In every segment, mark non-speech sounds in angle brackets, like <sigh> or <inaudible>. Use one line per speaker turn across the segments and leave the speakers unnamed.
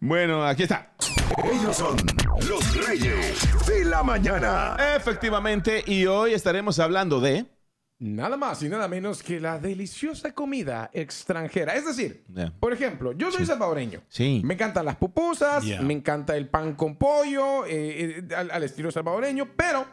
Bueno, aquí está.
Ellos son los reyes de la mañana.
Efectivamente, y hoy estaremos hablando de...
Nada más y nada menos que la deliciosa comida extranjera. Es decir,
Ya.
por ejemplo, yo soy salvadoreño.
eh, Sí.
Me encantan las pupusas,
Ya.
me encanta el pan con pollo, eh, eh, al, al estilo salvadoreño, pero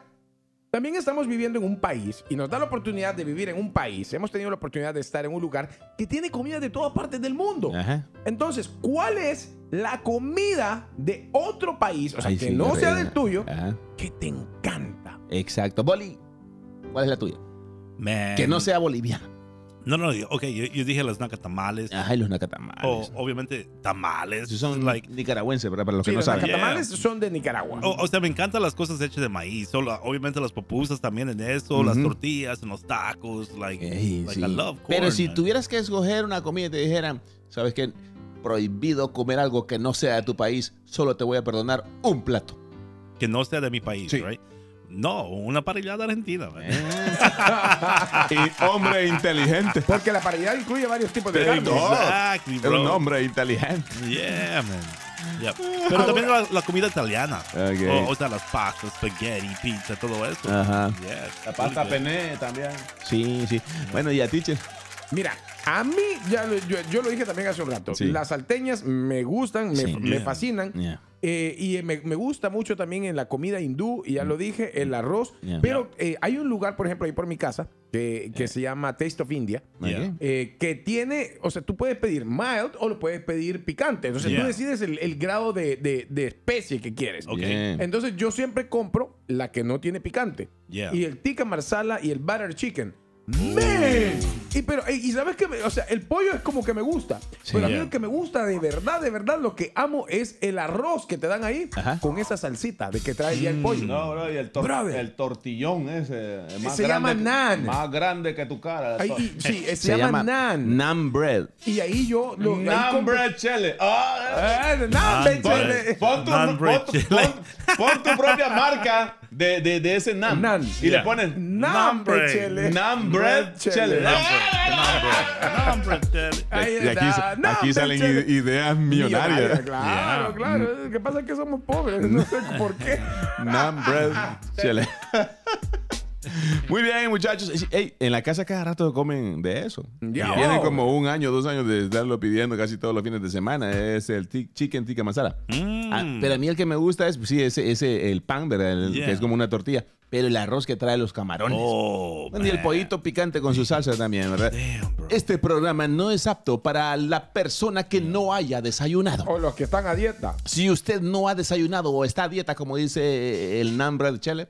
también estamos viviendo en un país y nos da la oportunidad de vivir en un país. Hemos tenido la oportunidad de estar en un lugar que tiene comida de todas partes del mundo.
Ajá.
Entonces, ¿cuál es la comida de otro país, o sea,
Ay,
que
sí,
no
qué
sea
rico.
del tuyo,
Ajá.
que te encanta?
Exacto. Boli, ¿cuál es la tuya?
Man.
Que no sea boliviana.
No, no, yo- ok, yo, yo dije las nacas tamales.
Ay, los nacatamales.
o, obviamente, tamales.
Si son
Oh, like,
nicaragüenses, ¿verdad? Para los que
Sí,
no
los
saben.
nacatamales.
nacatamales son de Nicaragua.
o, o sea, me encantan las cosas hechas de maíz. o la- obviamente, las pupusas también en eso, las
Ujú.
tortillas, en los tacos. Like,
Ey,
like
sí.
I love corn.
Pero si
man.
tuvieras que escoger una comida y te dijeran, ¿sabes qué? Prohibido comer algo que no sea de tu país, solo te voy a perdonar un plato.
Que no sea de mi país,
Sí. Eh,
right? No, una parrillada argentina, man.
y hombre <laughs> inteligente.
Porque la paridad incluye varios tipos de
Pero
carne.
no.
Exactly, bro.
hombre inteligente.
Yeah, man.
<laughs>
Yep. Pero también la, la comida italiana.
Ok.
O, o sea, las pastas, spaghetti, pizza, todo eso.
Ajá.
Yes.
pené también. Sí, sí. Bueno, y a teacher.
Mira, a mí, ya lo- yo, yo lo dije también hace un rato,
Sí.
las salteñas me gustan, me,
Sí.
me
Yeah.
fascinan. Eh, y me, me gusta mucho también en la comida hindú, y ya lo dije, el arroz.
Yeah.
Pero eh, hay un lugar, por ejemplo, ahí por mi casa, que, que se llama Taste of India.
Yeah.
eh, que tiene, o sea, tú puedes pedir mild o lo puedes pedir picante. Entonces
Yeah.
tú decides el, el grado de, de- de especie que quieres.
Ok.
Entonces yo siempre compro la que no tiene picante.
Yeah.
Y el tikka marsala y el butter chicken.
Mm.
¡Man! Y, pero, eh, y, y sabes que, o sea, el pollo es como que me gusta.
Sí.
pero a mí
Yeah.
lo que me gusta de verdad, de verdad, lo que amo es el arroz que te dan ahí
Ajá. Mm.
con esa salsita de que trae ya el pollo.
bro, y el, tor-
Brother.
el tortillón ese. el Más
Se
grande,
llama naan.
Más grande que tu cara.
Ahí- y- sí, se, llama, naan.
Naan bread.
Y ahí yo lo. ahí
Naan
compro-
bread chile. Ah, eh.
Eh, naan,
Naan,
baby.
bread.
Pon tu,
Naan
pon
bread
tu-
chile.
pon- pon tu propia marca de, de, de ese naan.
Naan.
Y
Yeah.
le pones
Naan,
bread.
pechele.
naan bread
chile.
chele.
Naan bread. Naan bread, Deli.
Ahí
Y aquí,
está,
aquí
naan,
salen
pechele.
i- ideas millonarias. <laughs>
Millonaria, Claro, claro. Lo que pasa es que somos pobres. No sé por qué.
Naan
<laughs>
bread chile. <laughs> Muy bien, muchachos. Ey, en la casa cada rato comen de eso.
Ya.
Tienen como un año, dos años de estarlo pidiendo casi todos los fines de semana. Es el ti- chicken tikka masala.
Mm.
Ah, pero a mí el que me gusta es, pues, sí, ese, ese el pan, ¿verdad? El-
Yeah.
Que es como una tortilla. Pero el arroz que trae los camarones.
Oh,
Bueno, y el
man.
pollito picante con su salsa también, ¿verdad?
Damn, bro.
Este programa no es apto para la persona que no haya
Oh,
desayunado.
O los que están a dieta.
Si usted no ha desayunado o está a dieta, como dice el Nambra de <laughs> Chele,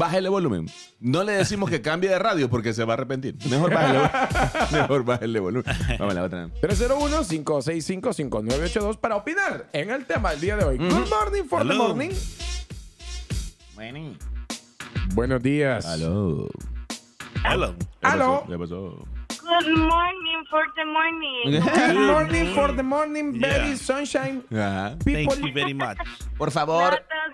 bájele volumen. No le decimos que cambie de radio porque se va a arrepentir. Mejor bájele, <laughs> vol- mejor bájele volumen. Vamos a la otra.
301-565-5982 para opinar en el tema del día de hoy. Good morning for the
Hello.
morning. Buenos días.
Aló.
Hello.
¿Qué
Aló.
pasó? ¿Qué pasó?
Good morning for the morning.
Good morning for the morning,
Yeah.
baby sunshine.
Ajá.
People.
Thank you very much.
<laughs> Por
Not,
favor.
a-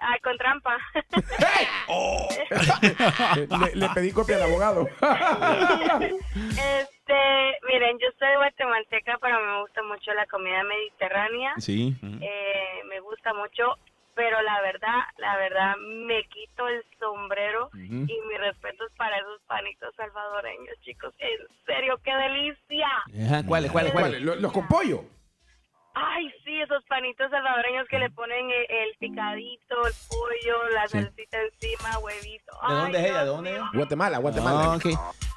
Ah, con trampa. <laughs>
Le, le pedí copia al abogado.
Este, miren, yo soy guatemalteca, pero me gusta mucho la comida mediterránea.
Sí.
Eh, me gusta mucho, pero la verdad, la verdad, me quito el sombrero y mis respetos para esos panitos salvadoreños, chicos. En serio, qué delicia.
Ajá, ¿Cuál, cuál,
Vale,
cuál?
lo- los con pollo.
Ay, sí, esos panitos salvadoreños que le ponen el, el picadito, el pollo, la
Sí.
salsita encima, huevito.
¿De dónde es ella? ¿De
Dios
dónde es
mío.
ella?
Guatemala, Guatemala.
Ah, ok.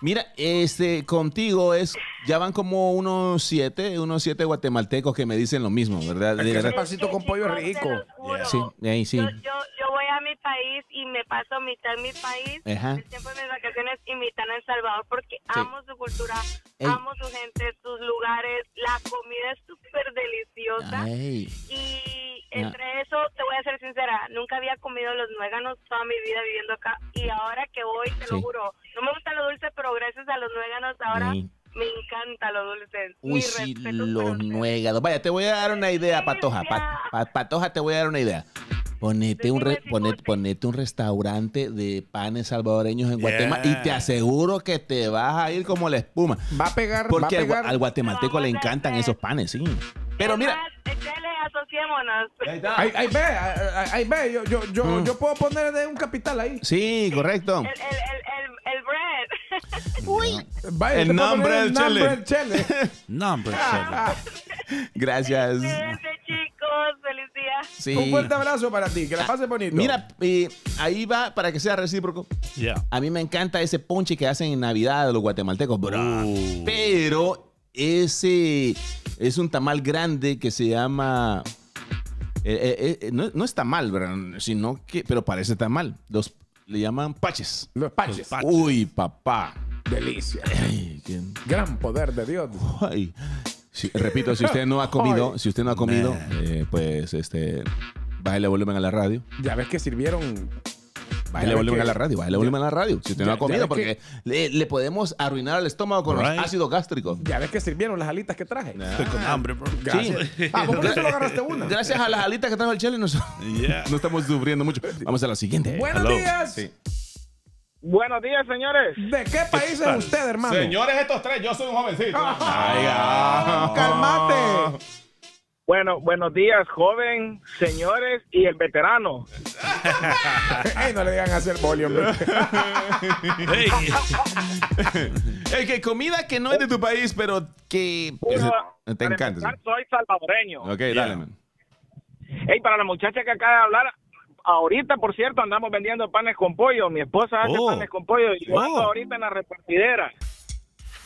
Mira, este, contigo es, ya van como unos siete, unos siete guatemaltecos que me dicen lo mismo, ¿verdad?
Es que
De
ese
verdad.
pancito
que,
con pollo es
chicos,
rico.
se los juro.
Sí, ahí sí.
Yo, yo, yo voy a mi país y me paso mitad en mi país,
Ajá.
el tiempo de mis vacaciones y mitad en El Salvador porque amo su cultura,
Ey.
amo su gente, sus lugares, la comida es súper deliciosa.
Ay.
Y
Ya.
entre eso, te voy a ser sincera, nunca había comido los nuéganos toda mi vida viviendo acá. Y ahora que voy, te lo
Sí.
juro, no me gusta lo dulce, pero gracias a los nuéganos ahora
Sí.
me encanta lo dulce. dulces.
Uy,
Mis
sí,
respetos para
los
ustedes.
nuegados. Vaya, te voy a dar una idea, Patoja. Pa- pa- patoja, te voy a dar una idea. Ponete un, re-
Decime si
pone-
gusta.
ponete un restaurante de panes salvadoreños en
Yeah.
Guatemala y te aseguro que te vas a ir como la espuma.
Va a pegar, va a
Porque al, gua-
pegar.
al guatemalteco le
Vamos a
encantan
hacer.
esos panes, sí. Pero mira,
Además, Chele, asociémonos.
Ahí, ahí ve, ahí, ahí ve, yo, yo, yo, yo puedo poner de un capital ahí.
sí,
<laughs>
correcto.
El, el, el, el, el
<laughs>
bread.
Vaya,
El
te puedo
nombre
poner
del
nombre
chele.
del chele.
No, hombre,
Ah.
chele.
Gracias.
Cuídense, chicos. Feliz día.
Un
Sí.
fuerte abrazo para ti, que la pases bonito.
Mira, eh, ahí va para que sea recíproco.
Yeah.
A mí me encanta ese ponche que hacen en Navidad los guatemaltecos, bro.
Uh.
Pero ese es un tamal grande que se llama. eh, eh, eh, no, no es tamal, bro, sino que. Pero parece tamal. Los, le llaman paches.
los paches.
Paches.
Uy, papá.
Delicia.
Ay, qué-
Gran poder de Dios.
ay. Sí, repito, si usted no ha comido,
Ay.
si usted no ha comido, eh, pues este. Bájale volumen a la radio.
Ya ves que sirvieron.
Bájale
Ya ves
volumen
que-
a la radio, bájale volumen a la radio. Si usted no
Ya-
ha
ya
comido,
ves
porque
que-
le, le podemos arruinar el estómago con
Right.
los ácidos gástricos.
Ya ves que sirvieron las alitas que traje.
Estoy con hambre, bro.
Gracias.
Sí.
Ah, ¿por qué no solo agarraste una?
Gracias a las alitas que trajo el Chele, nos-
Yeah.
<laughs> no estamos sufriendo mucho. Vamos a la siguiente.
Buenos
Hello.
días.
Buenos días, señores.
¿De qué país es
tal?
usted, hermano?
Señores, estos tres, yo soy un jovencito.
Ah, Calmate.
Bueno, buenos días, joven, señores y el veterano.
Ey, no le digan hacer bolio, hombre.
Hey.
El que comida que no es de tu país, pero que
Yo,
te
para
encanta.
empezar,
sí.
Soy salvadoreño.
Ok,
Yeah.
dale, man.
Ey, para la muchacha que acaba de hablar, ahorita, por cierto, andamos vendiendo panes con pollo. Mi esposa hace
Oh.
panes con pollo y yo
Oh.
ando ahorita en la repartidera.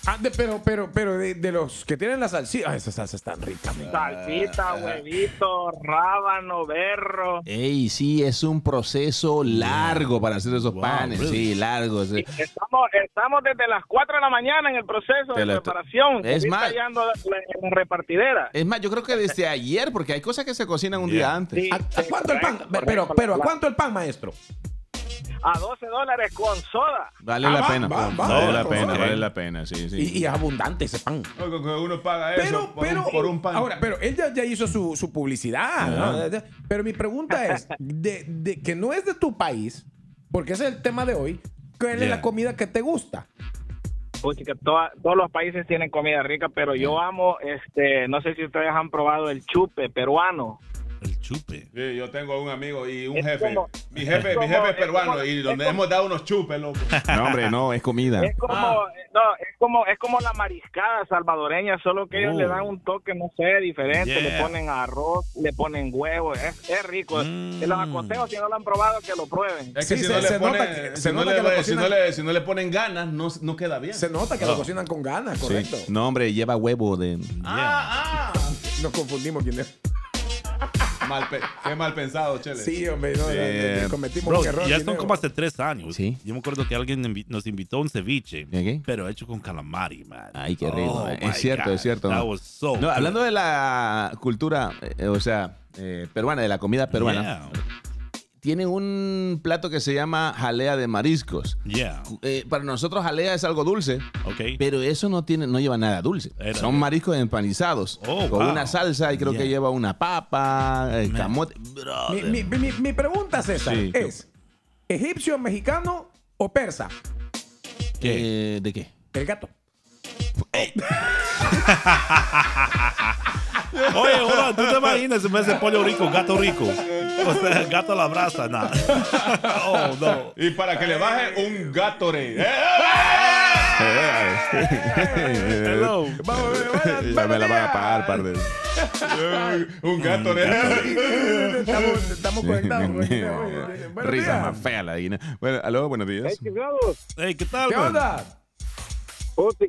Ah, de- pero, pero, pero de, de los que tienen la salsita. Ah, esa salsa es tan rica, hombre.
Ah.
Salsita, huevito, rábano, berro.
Ey, sí, es un proceso largo para hacer esos
Wow,
panes.
really?
Sí, largo. sí.
Estamos, estamos desde las 4 de la mañana en el proceso
Te
de
lo estoy-
preparación.
Es
Ahorita
más-
ya ando en la- en la repartidera.
Es más, yo creo que desde ayer, porque hay cosas que se cocinan un
Yeah.
día antes.
Sí,
¿A, a
sí,
cuánto el pan?
correcto,
Pero, pero,
correcto,
¿a
la-
cuánto el pan, maestro?
a 12 dólares con soda.
Vale
Ah,
la
va,
pena. pues.
va, va.
vale la
Ok.
pena, vale la pena. Sí, sí.
Y, y es abundante ese pan.
Oigo, que uno paga eso
Pero,
por,
pero,
un, por un pan.
ahora, pero él ya, ya hizo su, su publicidad. ¿no? Pero mi pregunta es, de, de que no es de tu país, porque ese es el tema de hoy, ¿cuál es
Yeah.
la comida que te gusta?
Puchi, que toda- todos los países tienen comida rica, pero yo amo, este, no sé si ustedes han probado el chupe peruano.
El chupe.
Sí, yo tengo un amigo y un
Es
jefe.
como-
mi jefe,
es
mi
como-
jefe es
es
peruano
como-
y
es
donde
como-
hemos dado unos chupes, loco.
No, hombre, no, es comida.
Es como,
Ah.
no, es como, es como la mariscada salvadoreña, solo que ellos
Oh.
le dan un toque, no sé, diferente,
Yeah.
le ponen arroz, le ponen huevo, es, es rico.
Mm.
Te los aconsejo si no lo han probado que lo prueben.
Es que
Sí,
si
se-
no
se
le
nota que-
ponen-
se
si no
nota que lo
le- si no
cocinan.
le- si no le ponen ganas, no, no queda bien.
Se nota que lo cocinan con ganas,
Sí.
correcto.
No, hombre, lleva huevo de.
Ah, ah.
Nos confundimos quién es.
Mal pe- qué mal pensado, Chele.
Sí, hombre, no,
Eh,
cometimos
Bro,
un error.
ya
Guineo.
son como hace tres años.
Sí.
Yo me acuerdo que alguien invi- nos invitó un ceviche,
Ok.
pero hecho con calamari, man.
Ay, qué rico,
Oh,
man.
my
Es cierto,
God.
es cierto.
That was so
No,
good.
hablando de la cultura, eh, o sea, eh, peruana, de la comida peruana, tienen un plato que se llama jalea de mariscos.
Yeah. yeah.
Eh, para nosotros jalea es algo dulce,
Ok.
pero eso no tiene, no lleva nada dulce.
Era-
Son mariscos empanizados
Oh,
con
wow.
una salsa y creo que
Yeah.
lleva una papa, eh,
Man.
camote. Brother.
Mi, mi- mi- mi pregunta, César,
Sí.
es: ¿egipcio, mexicano o persa?
¿Qué?
Eh, ¿De qué?
El gato.
Oye, hola, ¿tú te imaginas en vez de pollo rico, gato rico? O sea, gato a la brasa, nada. <laughs> oh, no.
Y para que le baje un Gatorade. ¡Eh! eh!
Hello.
Vamos, buenas-
Ya me la
buenos
van a pagar,
días.
par de-
un Gatorade.
Estamos, estamos conectados. con Guineo, oye. Buenos
Risa
días.
más fea la gallina. Bueno, aló, buenos días.
Hey, ¿qué tal,
¿Qué
man?
onda?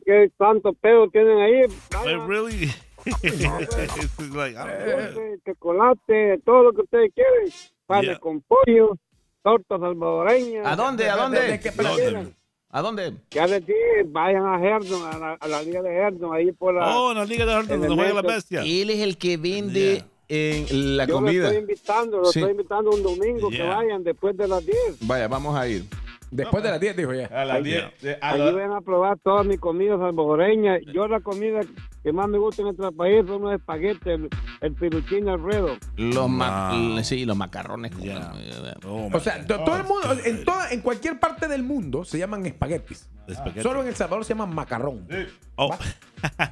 qué tanto pedo tienen ahí.
Hey, really? <laughs> It's like, I don't know.
dulce, chocolate, todo lo que ustedes quieren. Panes
Yeah.
con pollo, tortas salvadoreñas.
¿A dónde? ¿A
¿De
dónde?
qué país?
London.
¿A dónde?
Ya les dije, vayan a Herdon, a la, a la liga de Herdon, ahí por la...
Oh, en la Liga de Arte donde juega la bestia.
Él es el que vende en la
yo los
comida.
estoy invitando, los
Sí.
estoy invitando un domingo que
Yeah.
vayan después de las 10.
Vaya, vamos a ir.
Después de las
Ah,
10, dijo ya.
A las 10. eh, a
Allí
la-
van a probar toda mi comida salvadoreña. Yo la comida
que más me gusta en
este
nuestro país son los espaguetes, el, el piruchín alredo.
Los, ma-
Wow.
l- sí, los macarrones. con-
Yeah.
eh,
Oh, my
O sea, to-
God.
todo el mundo, en, toda- en cualquier parte del mundo se llaman espaguetis.
Espagueti.
Solo en El Salvador se llaman macarrón.
<laughs> Oh,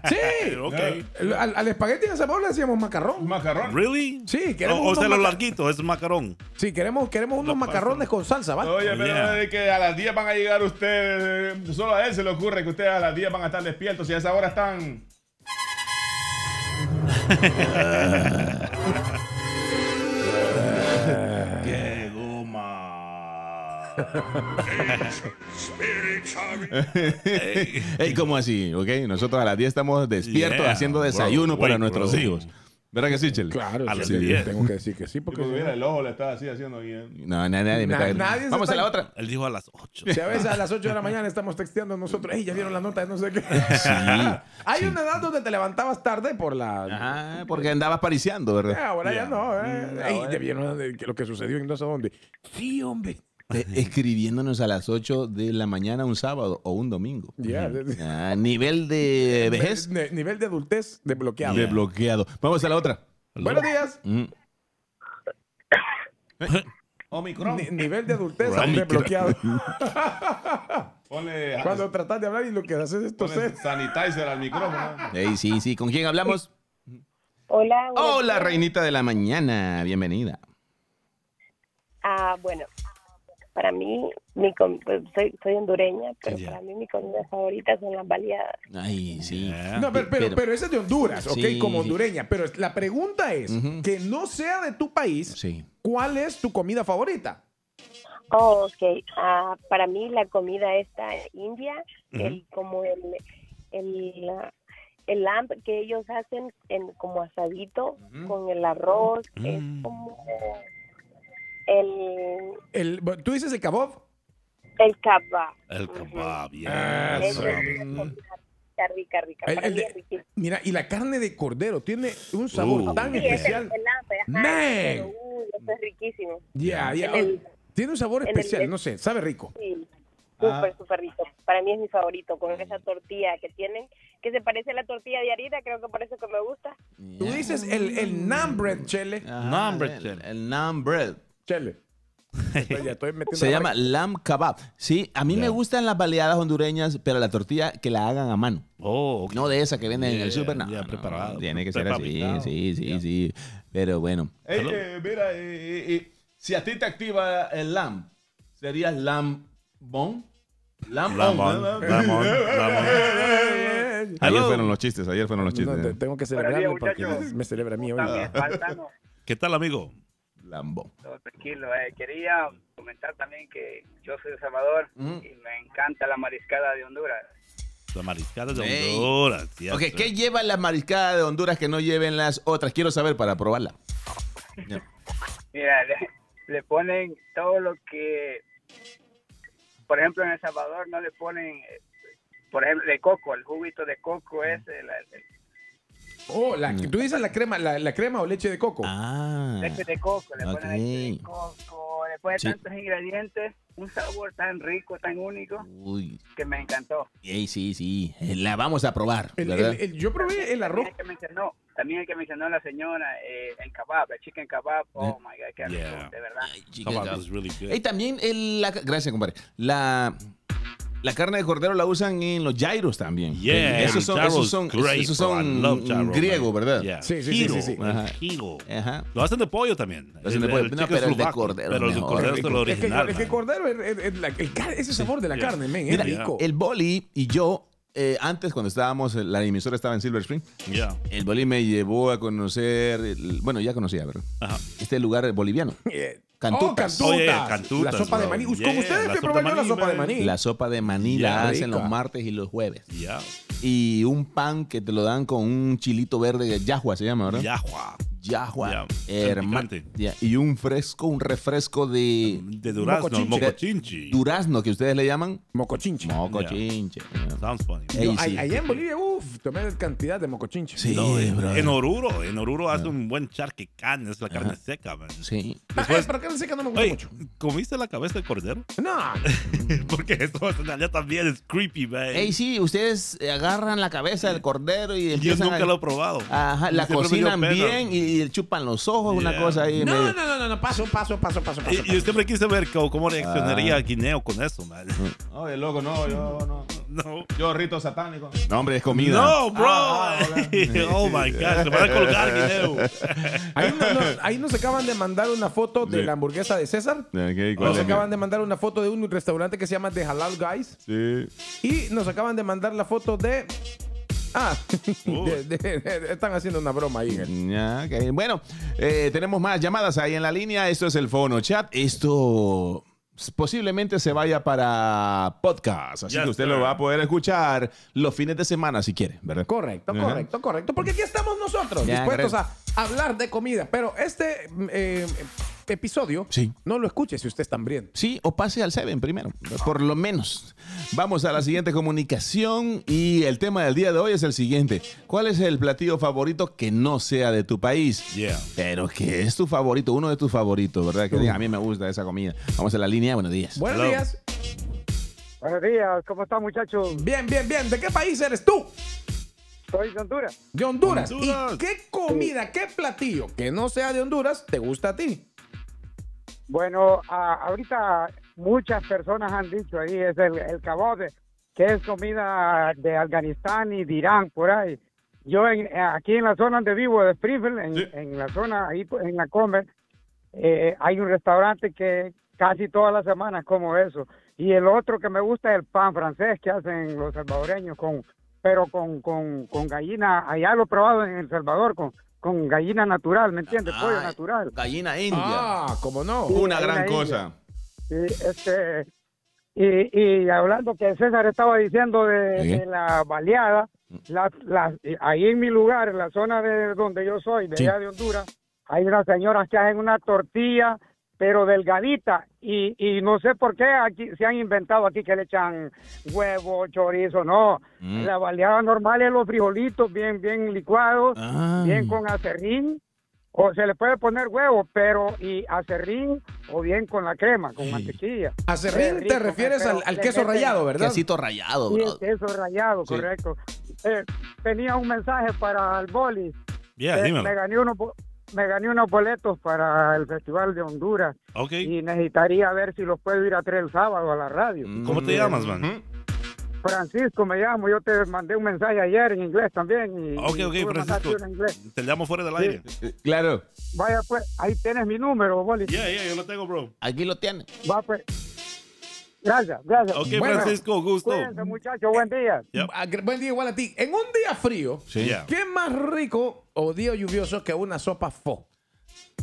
Sí.
<laughs> ok.
El- Al, al espagueti en El Salvador le decíamos macarrón.
Macarrón.
¿Really?
Sí,
O,
queremos
o
unos
sea, lo
maca-
larguito, es macarón.
Sí, queremos, queremos unos
Lo paso.
macarrones con salsa, ¿va?
Oye, pero
Yeah.
de que a las 10 van a llegar ustedes. eh, Solo a él se le ocurre que ustedes a las 10 van a estar despiertos y a esa hora están. ¡Qué goma!
Ey, ¿cómo así? ¿Ok? Nosotros a las 10 estamos despiertos
Yeah,
haciendo
bro,
desayuno para
wait,
nuestros
bro.
hijos. ¿Verdad que sí, Chele?
Claro,
A
sí,
las
sí,
10.
tengo que decir que sí,
Porque
porque si
pues,
no-
mira, el ojo le está así haciendo eh, bien.
No, na- nadie me
Na-
está-
nadie se
Vamos a
está-
la
<laughs>
otra.
Él dijo a las 8.
si a veces a las 8 de la mañana estamos texteando nosotros, ¡Ey, ya vieron la nota de no sé qué! <laughs> Hay una edad donde te levantabas tarde por la...
Ajá, porque andabas pariciando, ¿verdad?
Ah, Ahora ya no, ¿eh? Ey, ya vieron de- que lo que sucedió en no sé dónde. Sí, hombre.
Eh, Escribiéndonos a las 8 de la mañana un sábado o un domingo.
Ya.
Ah, nivel de vejez
Ne- nivel de adultez desbloqueado.
desbloqueado. Vamos a la otra.
Buenos días.
Mm.
Omicron.
Ni- nivel de adultez
Right.
desbloqueado.
Ponle,
Cuando tratas de hablar y lo que haces es toser.
ponle sanitizer al micrófono.
Ey, sí, sí. ¿Con quién hablamos?
Hola. buenos
Hola,
días.
reinita de la mañana. Bienvenida.
Ah, bueno, para mí, mi com- pues, soy, soy hondureña, pero
Ya.
para mí mi comida favorita son las baleadas.
Ay, sí.
Yeah.
No, pero, pero, pero esa es de Honduras, ¿ok?
Sí,
Como
sí.
hondureña. Pero la pregunta es,
Ujú.
que no sea de tu país,
Sí.
¿cuál es tu comida favorita?
Oh, ok. Ah, para mí la comida esta india, el, como el, el, ah, el lamb que ellos hacen en, como asadito con el arroz,
Mm.
es como el,
El, ¿Tú dices el kebab?
el kebab.
El kebab,
Ah,
yeah.
Es
eso.
rica, rica, rica.
El-
Para
el
mí
de-
es riquísimo.
Mira, y la carne de cordero tiene un sabor
Uh.
tan
Sí, es el,
especial.
el lamb, ajá,
Man.
pero, uy, eso es riquísimo.
Ya, ya.
En el-
Tiene un sabor
en el
especial,
de-
no sé, sabe rico.
Sí,
Ah.
súper, súper rico. Para mí es mi favorito, con
Mm.
esa tortilla que tienen, que se parece a la tortilla de harina, creo que por eso que me gusta.
Tú dices el, el naan bread, chele.
Ajá,
Naan bread,
Mm. Ah, el-
Chele.
El naan bread. <laughs>
Chele. Estoy- ya estoy metiendo
Se
la
llama
marca.
lamb kebab. Sí, a mí me
Yeah.
gustan las baleadas hondureñas, pero la tortilla que la hagan a mano.
Oh, ok.
No de esa que venden en el
Yeah,
super, no,
ya
no,
preparado,
Tiene que ser así,
prefabricado.
sí, sí, sí. Pero bueno.
Ey, eh, mira, eh, eh, eh, si a ti te activa el LAM, ¿sería lambón?
Oh,
Lamón,
Lambón.
lamón, lamón.
Eh,
Ayer
Hello.
fueron los chistes, ayer fueron los
no,
chistes.
te-
eh.
tengo que
Buenos
celebrarlo
días,
porque
muchachos.
me celebra a mí hoy.
<laughs>
También falta, ¿no?
¿Qué tal, amigo?
<laughs> Lambón.
No, tranquilo, eh. quería comentar también que yo soy de El Salvador
Mm.
y me encanta la mariscada de Honduras.
La mariscada de
Ey.
Honduras. yes,
Ok,
sir.
¿qué llevan las mariscadas de Honduras que no lleven las otras? Quiero saber para probarla.
Mira, <laughs> le, le ponen todo lo que, por ejemplo, en El Salvador no le ponen, eh, por ejemplo, de coco, el juguito de
Mm.
coco ese, la, la
Oh, la, tú dices la crema, la, la crema o leche de coco.
Ah.
leche de coco, le
ok.
ponen leche de coco, le ponen
Sí.
tantos ingredientes, un sabor tan rico, tan único,
Uy,
que me encantó.
ey, sí, sí. eh, La vamos a probar.
El-
¿verdad?
el- el- yo probé el arroz.
También el que mencionó, también el que mencionó la señora, eh, el kebab, el chicken kebab, oh my god, qué rico,
Yeah.
de verdad.
Eh. Ay, chica,
Kebab
no.
is really good.
Y también el- la, gracias, compadre. La, la carne de cordero la usan en los gyros también.
Yeah,
esos son,
gyro's
esos son,
great,
esos
bro. I
son
love gyro,
griego,
man.
¿verdad?
Yeah.
Sí, sí, sí,
Gyro,
sí, sí.
el
Ajá.
gyro.
Ajá.
Lo hacen de pollo también.
Lo hacen de
El-
pollo.
el
No,
chicken
pero el de
eslovaco.
cordero
Pero
es
el de
mejor.
cordero es
Rico.
el
Es que,
original.
es que
man.
cordero es, es- es la- el car- ese sabor de la
Yeah.
carne, men, es
Mira,
rico.
el boli y yo, eh, antes cuando estábamos, eh, la emisora estaba en Silver Spring,
Yeah.
el boli me llevó a conocer, el- bueno, ya conocía, ¿verdad?
Ajá.
Este lugar boliviano,
Eh,
Cantutas.
Oh, cantutas.
Oye, cantutas,
La sopa de
bro.
maní.
Yeah,
Con ustedes
la
que
sopa
probé
de
yo la
maní,
sopa de
man.
maní.
la sopa de maní
Ya,
la hacen
rica.
los martes y los jueves.
Yeah.
Y un pan que te lo dan con un chilito verde, yahua se llama, ¿verdad?
Yahua.
Yahua,
Ya,
hermano.
picante.
Ya, Y un fresco, un refresco de
De durazno,
Mocochinchi.
mocochinchi.
durazno que ustedes le llaman
Mocochinchi.
moco
Ya.
chinche.
Sounds funny.
Ey,
Ay-
sí.
Allá en Bolivia, uh, Uf, tomé cantidad de mocochinche.
Sí,
No, eh. en,
brother.
en Oruro, en Oruro hace un buen charquicán, es la carne seca, man.
Sí.
Después,
pero que seca no me gusta
oye,
mucho.
¿comiste la cabeza de cordero?
No,
<laughs> Porque esto allá también es creepy, man.
Mm. Ey, sí, ustedes eh, agarran la cabeza del cordero y
Yo
empiezan
nunca
a-
lo he probado.
Ajá, la
Siempre me dio
cocinan
pena.
bien y, y chupan los ojos, una
Yeah.
cosa ahí.
no,
medio-
no, no, no, no, paso, paso, paso, paso, paso.
Y, y siempre quise ver cómo, cómo reaccionaría
Ah.
Guineo con eso, man.
Mm.
Oye, loco, no, yo no.
<laughs> No.
Yo rito satánico.
No, hombre, es comida.
No, bro.
Ah,
<laughs> oh my God, se van a colgar, Guineo.
<laughs>
Ahí, no- no- ahí nos acaban de mandar una foto de
Sí.
la hamburguesa de César.
Ok, ¿cuál
Nos
es?
acaban de mandar una foto de un restaurante que se llama The Halal Guys.
Sí.
Y nos acaban de mandar la foto de. Ah, <laughs> de- de- de- están haciendo una broma ahí. gente.
Ya, ok. Bueno, eh, tenemos más llamadas ahí en la línea. Esto es el Fono Chat. Esto s- posiblemente se vaya para podcast, así
Yes,
que usted
sir.
lo va a poder escuchar los fines de semana si quiere, ¿verdad?
Correcto,
Ajá.
correcto, correcto. Porque aquí estamos nosotros,
Ya,
dispuestos a hablar de comida. Pero este mm, eh, episodio
Sí.
no lo escuche si usted está hambriento.
Sí, o pase al 7 primero, por lo menos. Vamos a la siguiente comunicación y el tema del día de hoy es el siguiente. ¿Cuál es el platillo favorito que no sea de tu país?
Yeah.
Pero que es tu favorito, uno de tus favoritos, ¿verdad? Que diga, a mí me gusta esa comida. Vamos a la línea, buenos días.
Buenos
Hello.
días.
Buenos días, ¿cómo están muchachos?
Bien, bien, bien. ¿De qué país eres tú?
Soy de Honduras.
De Honduras.
Honduras.
¿Y qué comida, qué platillo que no sea de Honduras te gusta a ti?
Bueno, a- ahorita muchas personas han dicho ahí, es el, el cabote, que es comida de Afganistán y de Irán, por ahí. Yo en- aquí en la zona donde vivo, de Springfield, en, en la zona, ahí pues, en la Comer, eh, hay un restaurante que casi todas las semanas como eso. Y el otro que me gusta es el pan francés que hacen los salvadoreños, con pero con, con, con gallina, allá lo he probado en El Salvador, con, con gallina natural, ¿me entiendes? Pollo
Ah,
natural.
Gallina india.
Ah, ¿cómo no?
Sí,
Una
hay
gran
una india.
cosa.
Sí, este, y, y hablando que César estaba diciendo de,
Sí. Mm.
de la baleada, la- la- ahí en mi lugar, en la zona de donde yo soy, de
Sí.
allá de Honduras, hay unas señoras que hacen una tortilla, pero delgadita, y, y no sé por qué aquí se han inventado aquí que le echan huevo, chorizo, no.
Mm.
La baleada normal es los frijolitos bien, bien licuados,
Ah.
bien con acerrín. O se le puede poner huevo, pero y acerrín o bien con la crema, con mantequilla.
Acerrín
Qué
te
rico,
refieres
pero
al, al
le
queso
meten-
rayado, ¿verdad? Ah,
Quesito
Oh,
rayado,
Sí, este. el
bro.
queso rayado,
Sí.
correcto. Eh, tenía un mensaje para el boli.
Yeah,
Eh,
Ah, dímelo.
me, gané unos, bo- me gané unos boletos para el Festival de Honduras
Ok.
y necesitaría ver si los puedo ir a traer el sábado a la radio.
¿Cómo
Mm.
te llamas, man?
Francisco me llamo, yo te mandé un mensaje ayer en inglés también. Y,
Ok,
y
ok,
tú me mandaste
Francisco.
uno en inglés.
Te llamo fuera del aire.
Claro,
Vaya pues, ahí tienes mi número, boli.
Yeah, yeah, yo lo tengo, bro.
aquí lo tiene.
Va pues. Gracias, gracias.
Ok,
Bueno,
Francisco, gusto.
Cuídense muchachos, buen día.
Yep.
Ah, gr- Buen día igual a ti. En un día frío,
Yeah.
¿qué más rico o día lluvioso que una sopa fo?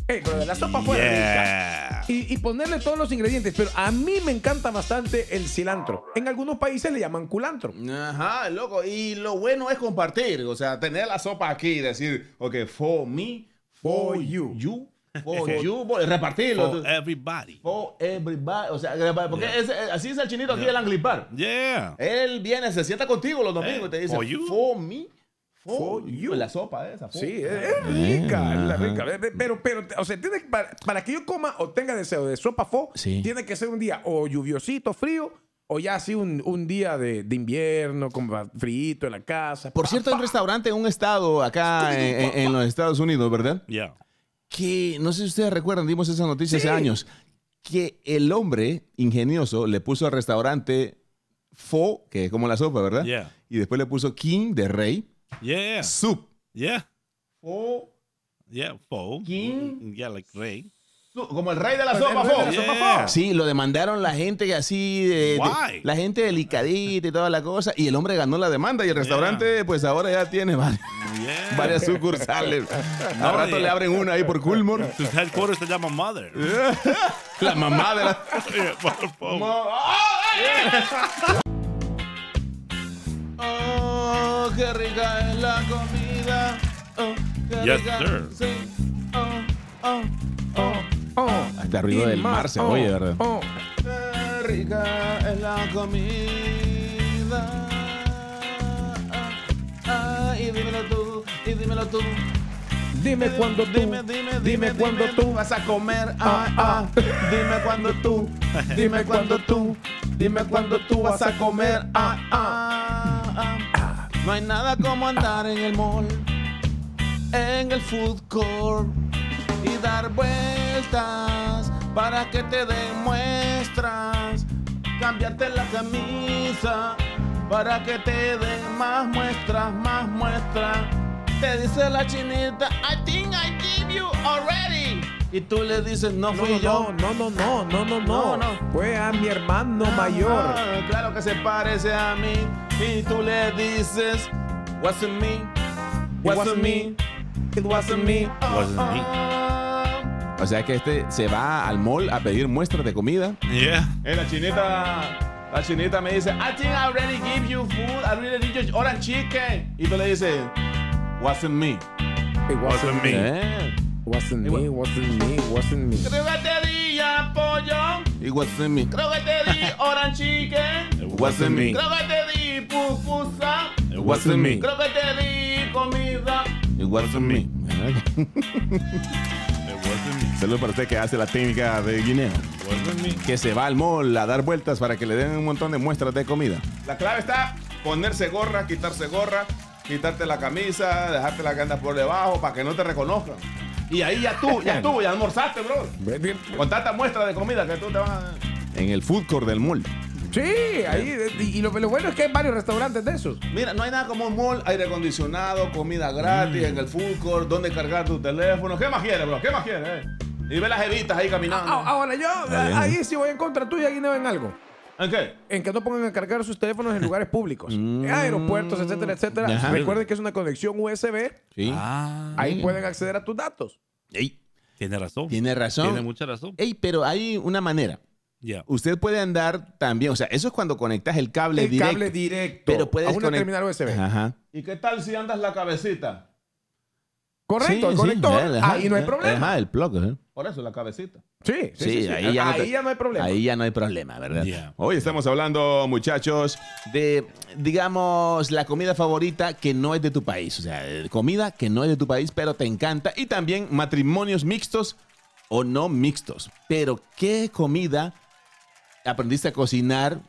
Ey, pero la sopa fue rica.
Yeah.
Y, y ponerle todos los ingredientes, pero a mí me encanta bastante el cilantro. En algunos países le llaman culantro.
Ajá, loco. Y lo bueno es compartir. O sea, tener la sopa aquí y decir, ok, for me, for,
For you.
you, you, for you, boy, repartirlo.
For everybody.
For everybody. O sea, porque ese- eh, así es el chinito aquí, el anglipar.
Yeah.
Él viene, se sienta contigo los domingos
Eh,
y te dice,
for you.
for me, for,
For you.
you. Pues La sopa esa. for-
Sí, eh. es, es
Ah.
rica, es la rica. Ve- ve- Pero, pero, o sea, tiene, que- para, para que yo coma o tenga deseo de sopa fo,
Sí.
tiene que ser un día o lluviosito, frío, o ya así un, un día de, de invierno, con frío en la casa.
Por
Pa,
cierto, hay
pa.
un restaurante en un estado acá en, en- en los Estados Unidos, ¿verdad?
Yeah.
Que no sé si ustedes recuerdan, dimos esa noticia
Sí.
hace años. Que el hombre ingenioso le puso al restaurante Fo, que es como la sopa, ¿verdad?
Yeah.
Y después le puso King de Rey,
Yeah.
Soup.
Yeah.
for
Yeah. Fo.
King.
Yeah, like Ray.
you. Como el rey de la
El
sopa,
rey de
for.
la
Yeah.
Yeah.
Sí, lo demandaron la gente que así de, de-
Why?
la gente delicadita y toda la cosa. Y el hombre ganó la demanda y el restaurante, pues ahora ya tiene varias, <laughs>
Yeah.
varias sucursales.
No,
Al rato
y-
le abren una ahí por Culmore.
Sus headquarters se
<laughs>
llama Mother.
La mamá de la.
Yeah, Mother Fo.
Oh, qué rica es la comida. Oh, qué
Yes,
rica.
sir.
Sí. Oh, oh, oh.
Oh,
Hasta arriba
y
del
más,
mar se oye, ¿verdad?
oh.
Qué rica es la comida. Ah, ah,
y dímelo tú, y dímelo tú.
Dime cuando tú,
Dime, dime, dime,
cuando tú
vas a comer. Ah, ah. Dime cuando <laughs> tú, dime cuando tú, dime cuando tú vas a comer. Ah, ah, ah. No hay nada como andar en el mall, en el food court y dar vueltas para que te demuestras. Cambiarte la camisa para que te den más muestras, más muestras. Te dice la chinita, I think I give you already. Y tú le dices, no
No,
fui
no,
yo.
no, no, no, no, no,
No,
no,
no.
Fue a mi hermano
Ah,
mayor.
Claro que se parece a mí. Y tú le dices, wasn't me, wasn't
wasn't
me,
me.
it wasn't me.
Wasn't me.
O sea que este se va al mall a pedir muestras de comida.
Yeah.
Eh, la chinita, la chinita me dice, I think I already give you food, I already did your orange chicken. Y tú le dices, wasn't me.
It wasn't
Wasn't me.
Eh,
Wasn't
It
me, wasn't me, wasn't me.
Creo que te di pollo. It wasn't me.
Eh,
Creo que te <laughs> di orange chicken.
It wasn't me.
Creo que te di pupusa.
It wasn't me.
Creo que te di comida. It wasn't me.
It wasn't me.
Saludos para usted que hace la técnica de Guinea.
It wasn't me.
Que se va al mall a dar vueltas para que le den un montón de muestras de comida.
La clave está ponerse gorra, quitarse gorra, quitarte la camisa, dejarte la ganda por debajo para que no te reconozcan. Y ahí ya tú, ya tú, ya almorzaste, bro. Con tanta muestra de comida que tú te vas a...
En el food court del mall.
Sí, ahí. Y y lo, lo bueno es que hay varios restaurantes de esos.
Mira, no hay nada como un mall, aire acondicionado, comida gratis en el food court, donde cargar tu teléfono. ¿Qué más quieres, bro? ¿Qué más quieres? eh? Y ve las evitas ahí caminando.
Ah, Ahora yo, ahí sí voy en contra tuya, Guineo, en algo.
¿En qué?
En que no pongan a cargar sus teléfonos en lugares públicos, en aeropuertos, etcétera, etcétera.
Mm. Ajá.
Recuerden que es una conexión USB.
Sí.
Ah,
Ahí pueden acceder a tus datos.
Ey,
tiene razón.
tiene razón.
Tiene mucha razón.
Ey, pero hay una manera.
Yeah.
Usted puede andar también, o sea, eso es cuando conectas el cable
el
directo.
cable directo
pero puedes
a una
conect-
terminal USB.
Ajá.
¿Y qué tal si andas la cabecita?
Correcto,
Sí,
el
sí,
conector.
eh, ajá,
ahí no hay
eh,
problema.
Ajá, el plug. ajá.
Por eso, la cabecita.
Sí, sí,
Sí,
sí, sí.
ahí ya no te-
no hay problema.
Ahí ya no hay problema, ¿verdad?
Yeah.
Hoy estamos hablando, muchachos, de, digamos, la comida favorita que no es de tu país. O sea, eh, comida que no es de tu país, pero te encanta. Y también matrimonios mixtos o no mixtos. Pero, ¿qué comida aprendiste a cocinar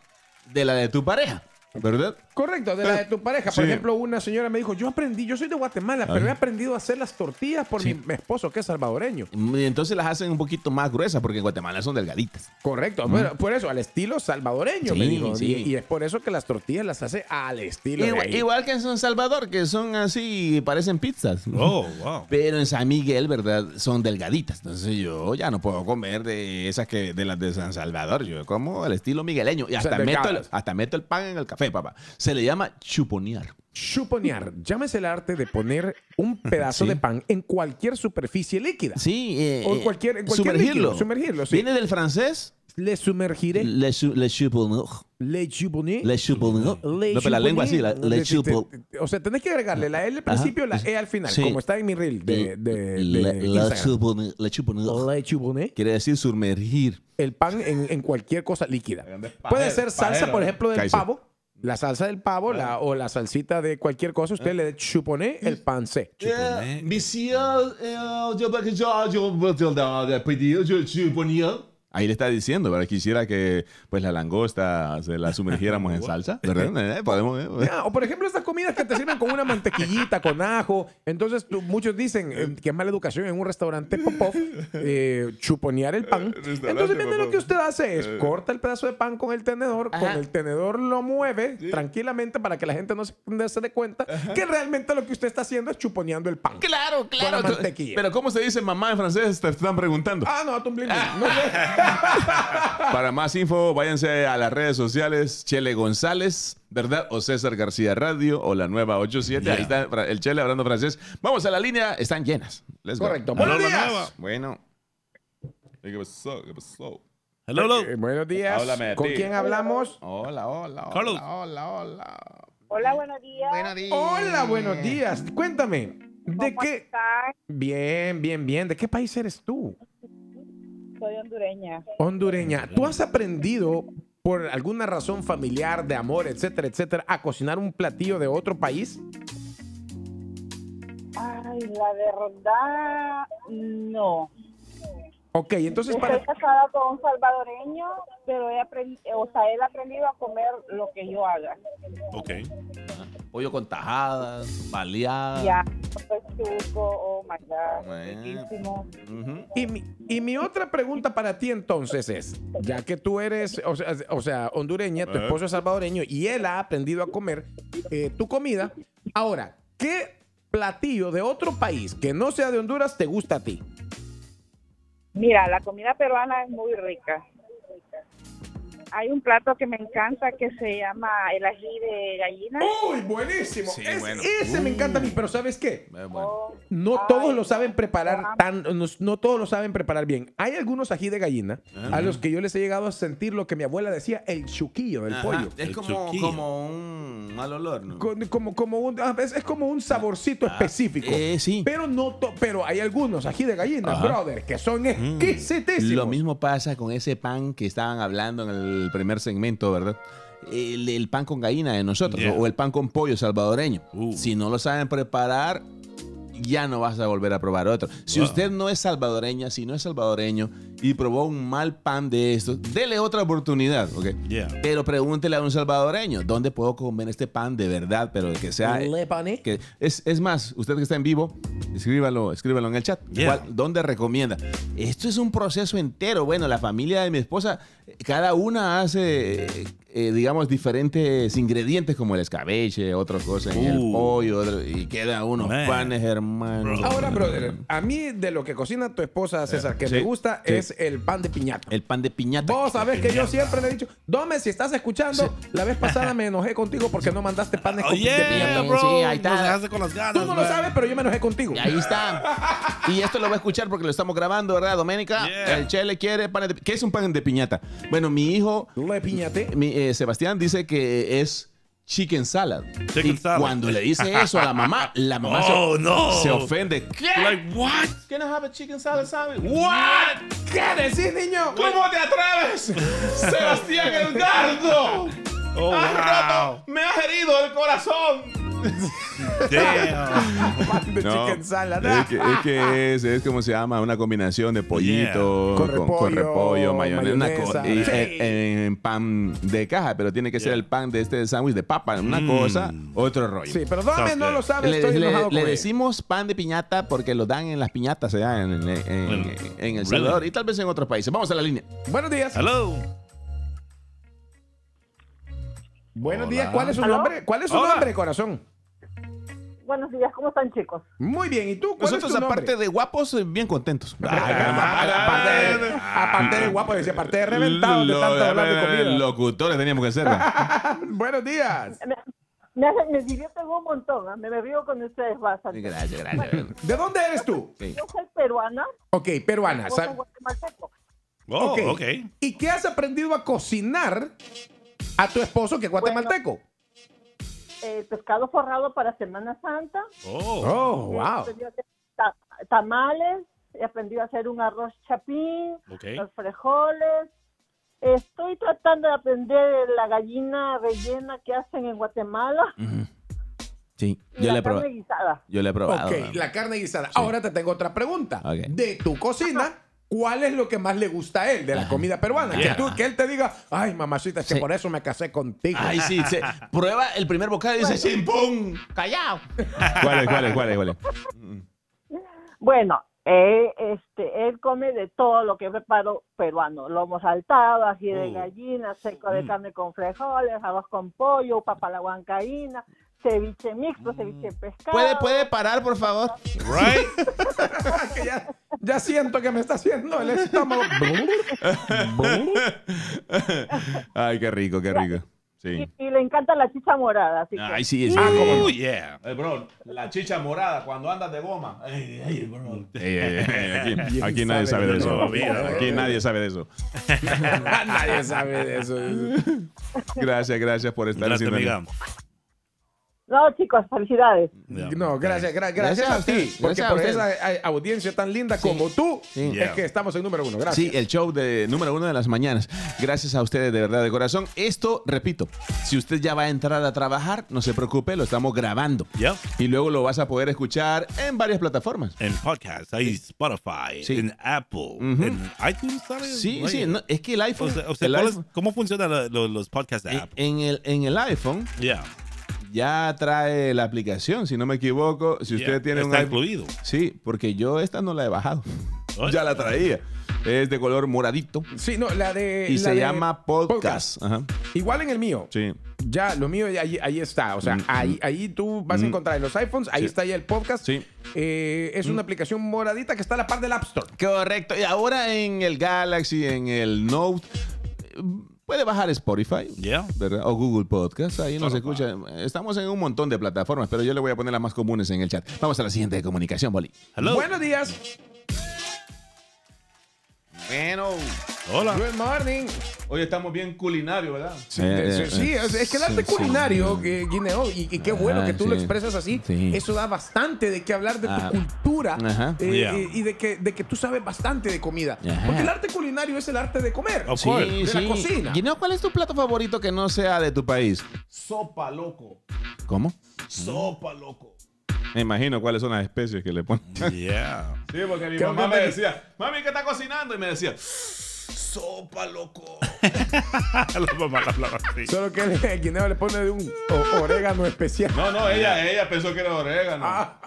de la de tu pareja? ¿Verdad?
Correcto, de la de tu pareja. Por
Sí.
ejemplo, una señora me dijo, yo aprendí, yo soy de Guatemala, pero he aprendido a hacer las tortillas por mi, mi esposo, que es salvadoreño.
Y entonces las hacen un poquito más gruesas porque en Guatemala son delgaditas.
Correcto, pero por eso, al estilo salvadoreño, me
Sí,
dijo.
sí.
Y, y es por eso que las tortillas las hace al estilo de
Igual,
ahí.
igual que en San Salvador, que son así, parecen pizzas.
Oh, wow.
Pero en San Miguel, ¿verdad? Son delgaditas. Entonces yo ya no puedo comer de esas que de las de San Salvador. Yo como al estilo migueleño. Y hasta,
sea,
meto el,
delgadas.
hasta meto el pan en el café, papá. Se le llama chuponear.
Chuponear, llámese el arte de poner un pedazo
Sí.
de pan en cualquier superficie líquida.
Sí. eh,
O en
eh,
cualquier- en cualquier líquido, sumergirlo, sí.
Viene del francés.
Le sumergiré,
Le, chu- le chuponear.
le chuponé.
Le chuponear.
Le
No, pero la
chuponé.
lengua así. la-
No,
le
te- te-
chupo-
te- O sea, tenés que agregarle la L al principio y la E al final,
Sí.
como está en mi reel de, de, de
Le- la
Instagram.
chupone- le chuponear.
Le chuponé.
Quiere decir sumergir.
el pan en, en cualquier cosa líquida.
Grande pajero,
Puede ser salsa,
pajero,
por
¿no?
ejemplo, del
Kaiser.
pavo. La salsa del pavo la, o la salsita de cualquier cosa, usted le chupone el pancé.
Eh, Monsieur, eh, yo yo- yo- yo- yo- yo- pedí, yo- yo ponía.
Ahí le está diciendo, ¿verdad? Quisiera que pues la langosta se la sumergiéramos <laughs> en salsa, ¿verdad? Eh, Podemos. eh,
Ya, Ah, o por ejemplo, estas comidas que te sirven con una mantequillita, con ajo. Entonces, tú- muchos dicen eh, que es mala educación en un restaurante pop chuponear el pan. Entonces, viene lo que usted hace es corta el pedazo de pan con el tenedor, con el tenedor lo mueve tranquilamente para que la gente no se, no se dé cuenta que realmente lo que usted está haciendo es chuponeando el pan.
Claro,
Con la mantequilla.
Pero ¿cómo se dice mamá en francés? Te están preguntando.
Ah, no, tú un blin, blin. No sé.
Para más info, váyanse a las redes sociales Chele González, ¿verdad? O César García Radio o la nueva 87. Ahí está fra- el Chele hablando francés. Vamos a la línea, están llenas. Let's go.
Correcto.
Hello,
Buenos
la
días.
nueva.
Bueno,
¿Qué pasó? ¿Qué pasó?
Hello,
Eh,
hello.
buenos días.
Háblame a
¿Con
ti.
quién hablamos?
Hola, hola, hola.
Carlos.
Hola, hola.
Hola, buenos días.
Hola, buenos días. Cuéntame, ¿de
¿Cómo
qué?
están?
Bien, bien, bien. ¿De qué país eres tú?
Soy hondureña.
Hondureña. ¿Tú has aprendido por alguna razón familiar, de amor, etcétera, etcétera, a cocinar un platillo de otro país?
Ay, la verdad, no.
Ok, entonces para...
Estoy casada con un salvadoreño, pero he aprendi- o sea, él ha aprendido a comer lo que yo haga.
Ok. Pollo con tajadas, baleadas.
Ya, pues chuco, oh my God,
Ah. Bueno.
riquísimo.
Y mi, y mi otra pregunta para ti entonces es, ya que tú eres, o sea, o sea, hondureña, tu
Eh.
esposo es salvadoreño y él ha aprendido a comer eh, tu comida, ahora, ¿qué platillo de otro país que no sea de Honduras te gusta a ti?
Mira, la comida peruana es muy rica. Hay un plato que me encanta que se llama el ají de gallina.
¡Uy, buenísimo!
Sí,
Es-
bueno.
Ese me encanta a mí, pero ¿sabes qué?
Eh, bueno.
Oh.
No todos lo saben preparar tan, no, no todos lo saben preparar bien. Hay algunos ají de gallina a los que yo les he llegado a sentir lo que mi abuela decía, el chuquillo del
Ajá,
pollo.
Es
El
como,
chuquillo.
como un mal olor, ¿no?
Con- como, como un, ah, es, es como un saborcito específico.
eh, sí.
Pero no to- pero hay algunos ají de gallina,
Ajá.
brother, que son exquisitísimos.
Lo mismo pasa con ese pan que estaban hablando en el primer segmento, ¿verdad? El, el pan con gallina de nosotros
Yeah.
o el pan con pollo salvadoreño.
Uh.
Si no lo saben preparar, ya no vas a volver a probar otro. Si
Wow.
usted no es salvadoreña, si no es salvadoreño y probó un mal pan de estos, dele otra oportunidad, ¿ok?
Yeah.
Pero pregúntele a un salvadoreño, ¿dónde puedo comer este pan de verdad? Pero que sea...
Lebané.
que es, es más, usted que está en vivo, escríbalo, escríbalo en el chat.
Yeah.
¿Cuál- ¿Dónde recomienda? Esto es un proceso entero. Bueno, la familia de mi esposa, eh, cada una hace, eh, eh, digamos, diferentes ingredientes como el escabeche, otras cosas, en el
Uh.
pollo, otro- y queda unos
Man.
panes, hermano.
Bro.
Mm,
Ahora, brother, a mí de lo que cocina tu esposa César, que
Eh, sí,
me gusta,
sí.
es el pan de piñata.
El pan de piñata.
Vos sabés que yo siempre le he dicho, Dome, si estás escuchando, la vez pasada me enojé contigo porque no mandaste panes
Oh,
con de
yeah,
piñata.
Sí,
bro.
ahí está.
Nos dejaste con las ganas.
Tú no lo
man.
sabes, pero yo me enojé contigo.
Y ahí está. Y esto lo va a escuchar porque lo estamos grabando, ¿verdad, Doménica?
Yeah.
El Chele quiere pan de ¿Qué es un pan de piñata? Bueno, mi hijo,
Le piñate.
mi, eh, Sebastián, dice que es chicken salad.
Chicken
y
salad.
cuando le dice eso a la mamá, la mamá se-
Oh,
se,
no.
ofende. ¿Qué?
Like, what?
¿Quién have a chicken salad sandwich?
¿What?
¿Qué decís, niño?
¿Cómo te atreves, Sebastián Edgardo?
Oh,
Has
wow.
roto- me has herido el corazón.
<laughs> Damn.
Pan de
No,
chicken salad. Ah,
Es que, es, que es, es como se llama, una combinación de pollito,
Yeah.
con con
Correpollo,
repollo, mayonesa, una co-
mayonesa.
y
Sí.
en, en pan de caja, pero tiene que ser
Yeah.
el pan de este sándwich de papa, una cosa, otro rollo.
Sí, pero Dome
Sounds
no
good.
lo sabe,
Le,
estoy
le-
enojado
le
con él.
decimos pan de piñata porque lo dan en las piñatas allá en, en- en-
Bueno,
en El
really?
Salvador y tal vez en otros países. Vamos a la línea.
Buenos días.
Hello.
Buenos
Hola.
días, ¿cuál es su
¿Aló?
nombre? ¿Cuál es su
Hola.
nombre, corazón?
Buenos días, ¿cómo están, chicos?
Muy bien, ¿y tú? ¿Cuál
Nosotros,
es tu nombre?
aparte de guapos, eh, bien contentos.
Ah,
aparte, de, aparte de Ah, guapo, decía, aparte de reventado de
Lo-
tanto hablar de comida.
Locutores teníamos que ser. ¿no?
Buenos días.
Me, me, hacen- me divierten un montón, ¿ah? me, me río con ustedes bastante.
gracias, gracias.
¿De dónde eres tú?
Sí.
Yo soy peruana,
Ok, peruana.
vos
sa-
sos guatemalteco.
Oh,
Ok.
ok.
¿Y qué has aprendido a cocinar a tu esposo que es guatemalteco?
Eh, pescado forrado para Semana Santa.
Oh.
Oh,
He
wow.
aprendido a hacer ta- tamales, he aprendido a hacer un arroz chapín,
Ok.
los frijoles. Estoy tratando de aprender la gallina rellena que hacen en Guatemala
<laughs> Sí,
y
yo
la
le he
carne
probado.
guisada.
Yo le he probado.
Ok, la <laughs> carne guisada. Ahora te tengo otra pregunta.
Ok.
De tu cocina, ¿cuál es lo que más le gusta a él de la comida peruana?
Yeah.
Que, tú, que él te diga, ay, mamacita, es que
Sí.
por eso me casé contigo.
Ay, sí, sí. Prueba el primer bocado y dice, ¡Sin pum! ¡Callao! ¿Cuál es, cuál es, cuál es, cuál es?
Bueno, eh, este, él come de todo lo que preparo peruano. Lomo saltado, ají de
Mm.
Oh.
gallina, seco de carne con frijoles, arroz con pollo, papa a la huancaína, ceviche mixto, ceviche de
Mm.
pescado.
¿Puede, ¿Puede parar, por favor?
Right?
Ah,
<laughs> que ya, ya siento que me está haciendo el estómago. <laughs>
Ay, qué rico, qué rico. Sí.
Y, y le encanta la chicha morada. Así que,
Ay, sí, sí.
Oh, yeah.
Eh, bro, la chicha morada cuando andas de goma. Ay, ay, bro.
Ey, ey, ey, aquí, aquí
Bien
nadie
sabe
sabe de
de
eso.
nueva vida.
Aquí nadie sabe de eso.
Nadie sabe de eso.
Gracias, gracias por estar
Gracias,
haciendo.
amiga.
No, chicos, felicidades.
No, gracias, gra-
Gracias
gracias,
a
a ti.
usted,
Porque
gracias a
por
usted.
esa eh, audiencia tan linda como tú,
Sí.
es
Yeah.
que estamos en número uno. Gracias.
Sí, eh. el show de número uno de las mañanas. Gracias a ustedes de verdad de corazón. Esto, repito, si usted ya va a entrar a trabajar, no se preocupe, lo estamos grabando. Y luego lo vas a poder escuchar en varias plataformas.
En podcast, hay Spotify, en Apple, en iTunes, ¿sabes?
Sí,
Oye.
sí, no, es que el iPhone.
O sea, o sea,
el
¿cuál es- Ah, pues.
iPhone- eh,
¿Cómo funcionan lo- lo- los podcasts de Apple?
en, el, en el iPhone
Yeah.
ya trae la aplicación, si no me equivoco. Si
Yeah,
usted tiene un
está
iPhone-
incluido.
Sí, porque yo esta no la he bajado. ya la traía. Es de color moradito.
Sí, no, la de.
Y
la
se
de-
llama podcast. Ajá.
Igual en el mío.
Sí. Mm-hmm.
Ya, lo mío ya ahí, ahí está. O sea, ahí, ahí tú vas a encontrar en los iPhones, ahí
Sí. Mm.
está ya el podcast. Eh, es una aplicación moradita que está a la par del App Store.
Correcto. Y ahora en el Galaxy, en el Note, eh, puede bajar Spotify, ¿verdad? O Google Podcast. Ahí nos escucha. Estamos en un montón de plataformas, pero yo le voy a poner las más comunes en el chat. Vamos a la siguiente de comunicación, Boli.
Buenos días.
Bueno.
Hola.
Good morning.
Hoy estamos bien culinarios, ¿verdad?
Sí,
Eh,
sí, Eh, sí, es, es que el arte culinario, eh, Guineo, y, y qué bueno
Ah,
que tú lo
sí.
expresas así,
Sí.
eso da bastante de qué hablar de tu
Ah.
cultura
Ajá.
eh,
Yeah.
eh, y de que, de que tú sabes bastante de comida.
Ajá.
Porque el arte culinario es el arte de comer,
Of
de
course.
la cocina.
Guineo, ¿cuál es tu plato favorito que no sea de tu país?
Sopa, loco.
¿Cómo?
Sopa, loco.
Me imagino cuáles son las especies que le
<laughs>
ponen.
<laughs>
<laughs>
Yeah.
Sí, porque mi
Creo que
mamá me
te-
decía, mami, ¿qué está cocinando? Y me decía, sopa, loco.
la mamá la hablaba así.
Solo que el, <laughs> el Guineo le pone de un o- orégano
<laughs>
especial.
No, no, ella, ella pensó que era orégano.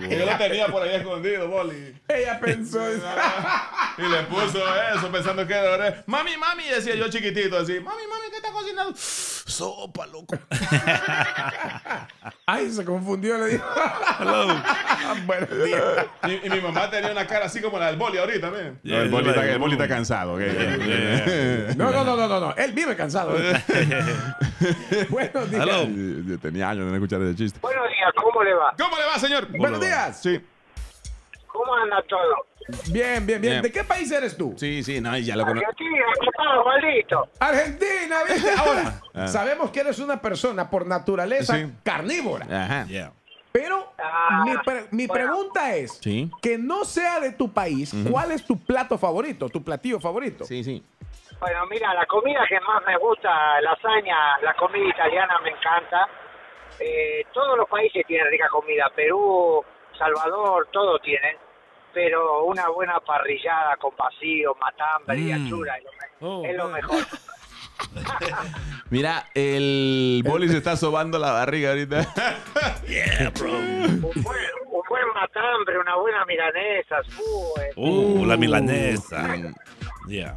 Que yo lo tenía por ahí escondido, boli.
Ella pensó
<laughs>
eso.
Y le puso eso pensando que era orégano. Mami, mami, decía yo chiquitito así. Mami, mami, ¿qué está cocinando? Sopa, loco.
Ay, se confundió, le
<laughs>
dijo.
Hello.
<laughs> Buenos días.
Y, y mi mamá tenía una cara así como la del boli ahorita, miren.
No, el, boli está, el Boli está cansado. ok. ¿eh?
No, no, no, no, no, no. Él
<laughs>
vive cansado. <laughs> Buenos días.
Yo- yo tenía años de no escuchar ese chiste.
Buenos días, ¿cómo le va?
¿Cómo le va, señor?
Buenos días.
Sí.
¿Cómo anda todo?
Bien, bien, bien.
Bien.
¿De qué país eres tú?
Sí, sí, no, y ya lo conozco.
Argentina, ¿qué tal, maldito?
Argentina, ¿viste? Ahora,
<laughs> Ah.
sabemos que eres una persona por naturaleza
Sí. Ah.
carnívora.
Ajá. <laughs>
Pero
Ah,
mi, pre- mi pregunta es,
Sí.
que no sea de tu país, ¿cuál es tu plato favorito, tu platillo favorito?
Sí, sí.
Bueno, mira, la comida que más me gusta, lasaña, la comida italiana me encanta. Eh, todos los países tienen rica comida, Perú, Salvador, todo tienen. Pero una buena parrillada con vacío, matambre y
Mm.
achura es lo, me- es lo mejor.
Mira, el Boli se está sobando la barriga ahorita.
yeah, bro.
Un buen, un buen matambre, una buena milanesa. uh, eh.
Uh, la milanesa.
Mm.
Yeah.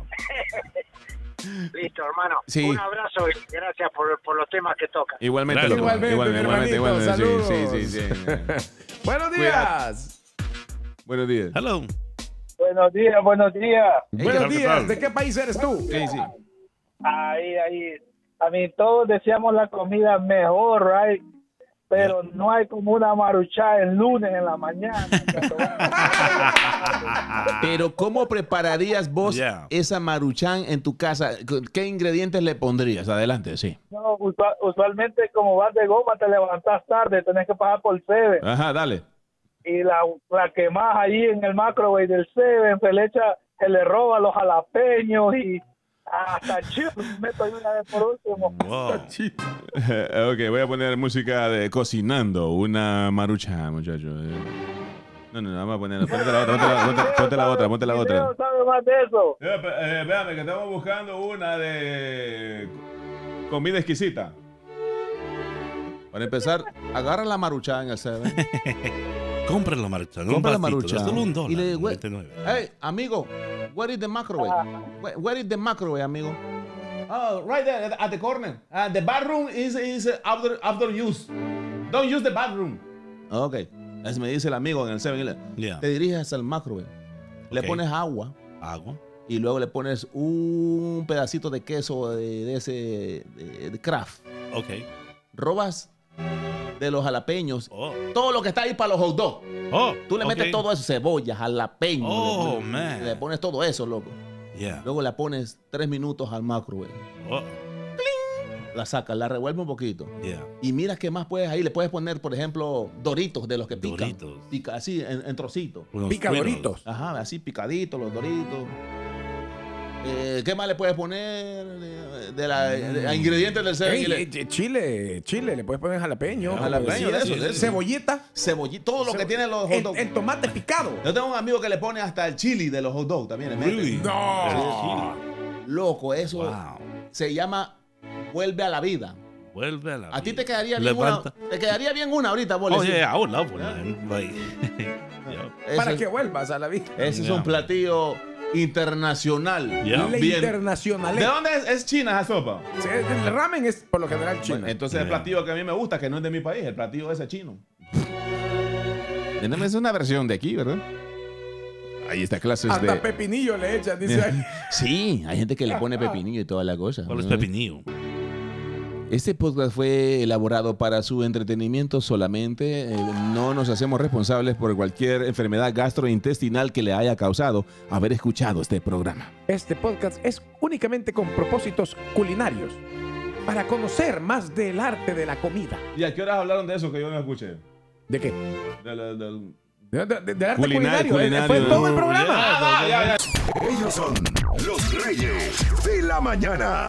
Listo, hermano.
Sí.
Un abrazo y gracias por, por los temas que tocan.
Igualmente,
Claro.
loco.
Igualmente,
igualmente,
mi hermanito,
igualmente. Sí, sí, sí, sí.
Buenos
días. Buenos días.
Hello.
Buenos días, buenos días.
Buenos días, ¿de qué país eres tú?
Sí, sí.
Ahí, ahí. A mí todos deseamos la comida mejor, right? Pero no hay como una marucha el lunes en la mañana.
Pero, ¿cómo prepararías vos
Yeah.
esa maruchan en tu casa? ¿Qué ingredientes le pondrías? Adelante, sí.
No, usua- usualmente como vas de goma te levantas tarde, tenés que pasar por Seven
Ajá, dale. <laughs>
y la, la quemás ahí en el microwave del Seven, se le echa, se le roba los jalapeños y hasta chips meto ahí una vez por último.
ok, voy a poner música de cocinando una maruchan, muchachos. No, no, no, vamos a poner. Ponte la otra, ponte la, ponte- ponte la otra, ponte la otra.
sabe más de eso?
Eh, pe- eh, véame, que estamos buscando una de comida exquisita.
Para empezar, agarra la marucha en el
<laughs>
7.
Compra la marucha.
Compra la
marucha.
maruchan.
Solo un dólar.
Y le-
99.
Hey, amigo, where is the microwave? Where, where is the microwave, amigo?
Oh, right there at- at the corner. Uh, the bathroom is, is uh, after, after use. Don't use the bathroom.
Ok. Es- me dice el amigo en el 7
Yeah.
Te diriges al microwave. Le
Ok.
pones agua.
Agua.
Y luego le pones un pedacito de queso de, de ese de, de craft.
Ok.
Robas de los jalapeños
Oh.
todo lo que está ahí para los hot dogs.
Oh,
Tú le metes
ok.
todo eso, cebolla, jalapeño.
Oh,
le, pones-
man.
le pones todo eso, loco.
Yeah.
Luego le pones tres minutos al macro,
Oh.
la sacas, la revuelves un poquito. Y mira qué más puedes ahí. Le puedes poner, por ejemplo, doritos de los que pican. Pica, así, en, en trocitos.
Unos Pica Doritos. Doritos.
Ajá, así picaditos los doritos. Eh, ¿Qué más le puedes poner? Eh, De, la, de- a ingredientes del
Ey,
ceviche.
eh, eh, Chile, chile, le puedes poner jalapeño. eh,
Jalapeño, de eso, de eso.
Cebollita.
Cebollita, todo lo que tiene los hot
El,
dogs.
el tomate picado.
Yo tengo un amigo que le pone hasta el chili de los hot dogs también. le mete.
No.
Loco, eso se llama vuelve a la vida.
Vuelve a la.
A ti te quedaría bien
Levanta.
una. Te quedaría bien una ahorita, vos.
Oh
le
yeah,
decís.
yeah, I would love one. man. Like, <laughs> yeah.
Para
Ese-
que vuelvas a la vida.
Ese es un platillo internacional.
Yeah.
Le internacional.
¿De dónde es, es China esa sopa?
Sí, El ramen es por lo general chino.
Entonces el platillo que a mí me gusta, que no es de mi país, el platillo ese chino. Tenemos una versión de aquí, ¿verdad? Ahí está clases
Hasta pepinillo le echan, dice ahí.
Sí, hay gente que le pone pepinillo y toda la cosa.
¿Cuál es
¿no?
pepinillo?
Este podcast fue elaborado para su entretenimiento solamente. Eh, no nos hacemos responsables por cualquier enfermedad gastrointestinal que le haya causado haber escuchado este programa.
<laughs> Este podcast es únicamente con propósitos culinarios para conocer más del arte de la comida.
¿Y a qué horas hablaron de eso que yo no escuché?
¿De qué?
De la- del-
De- de- de- del arte
Culinario,
culinario. eh, Fue
culinario.
todo el programa.
Ah, ya, ya, ya.
Ellos son los reyes de la mañana.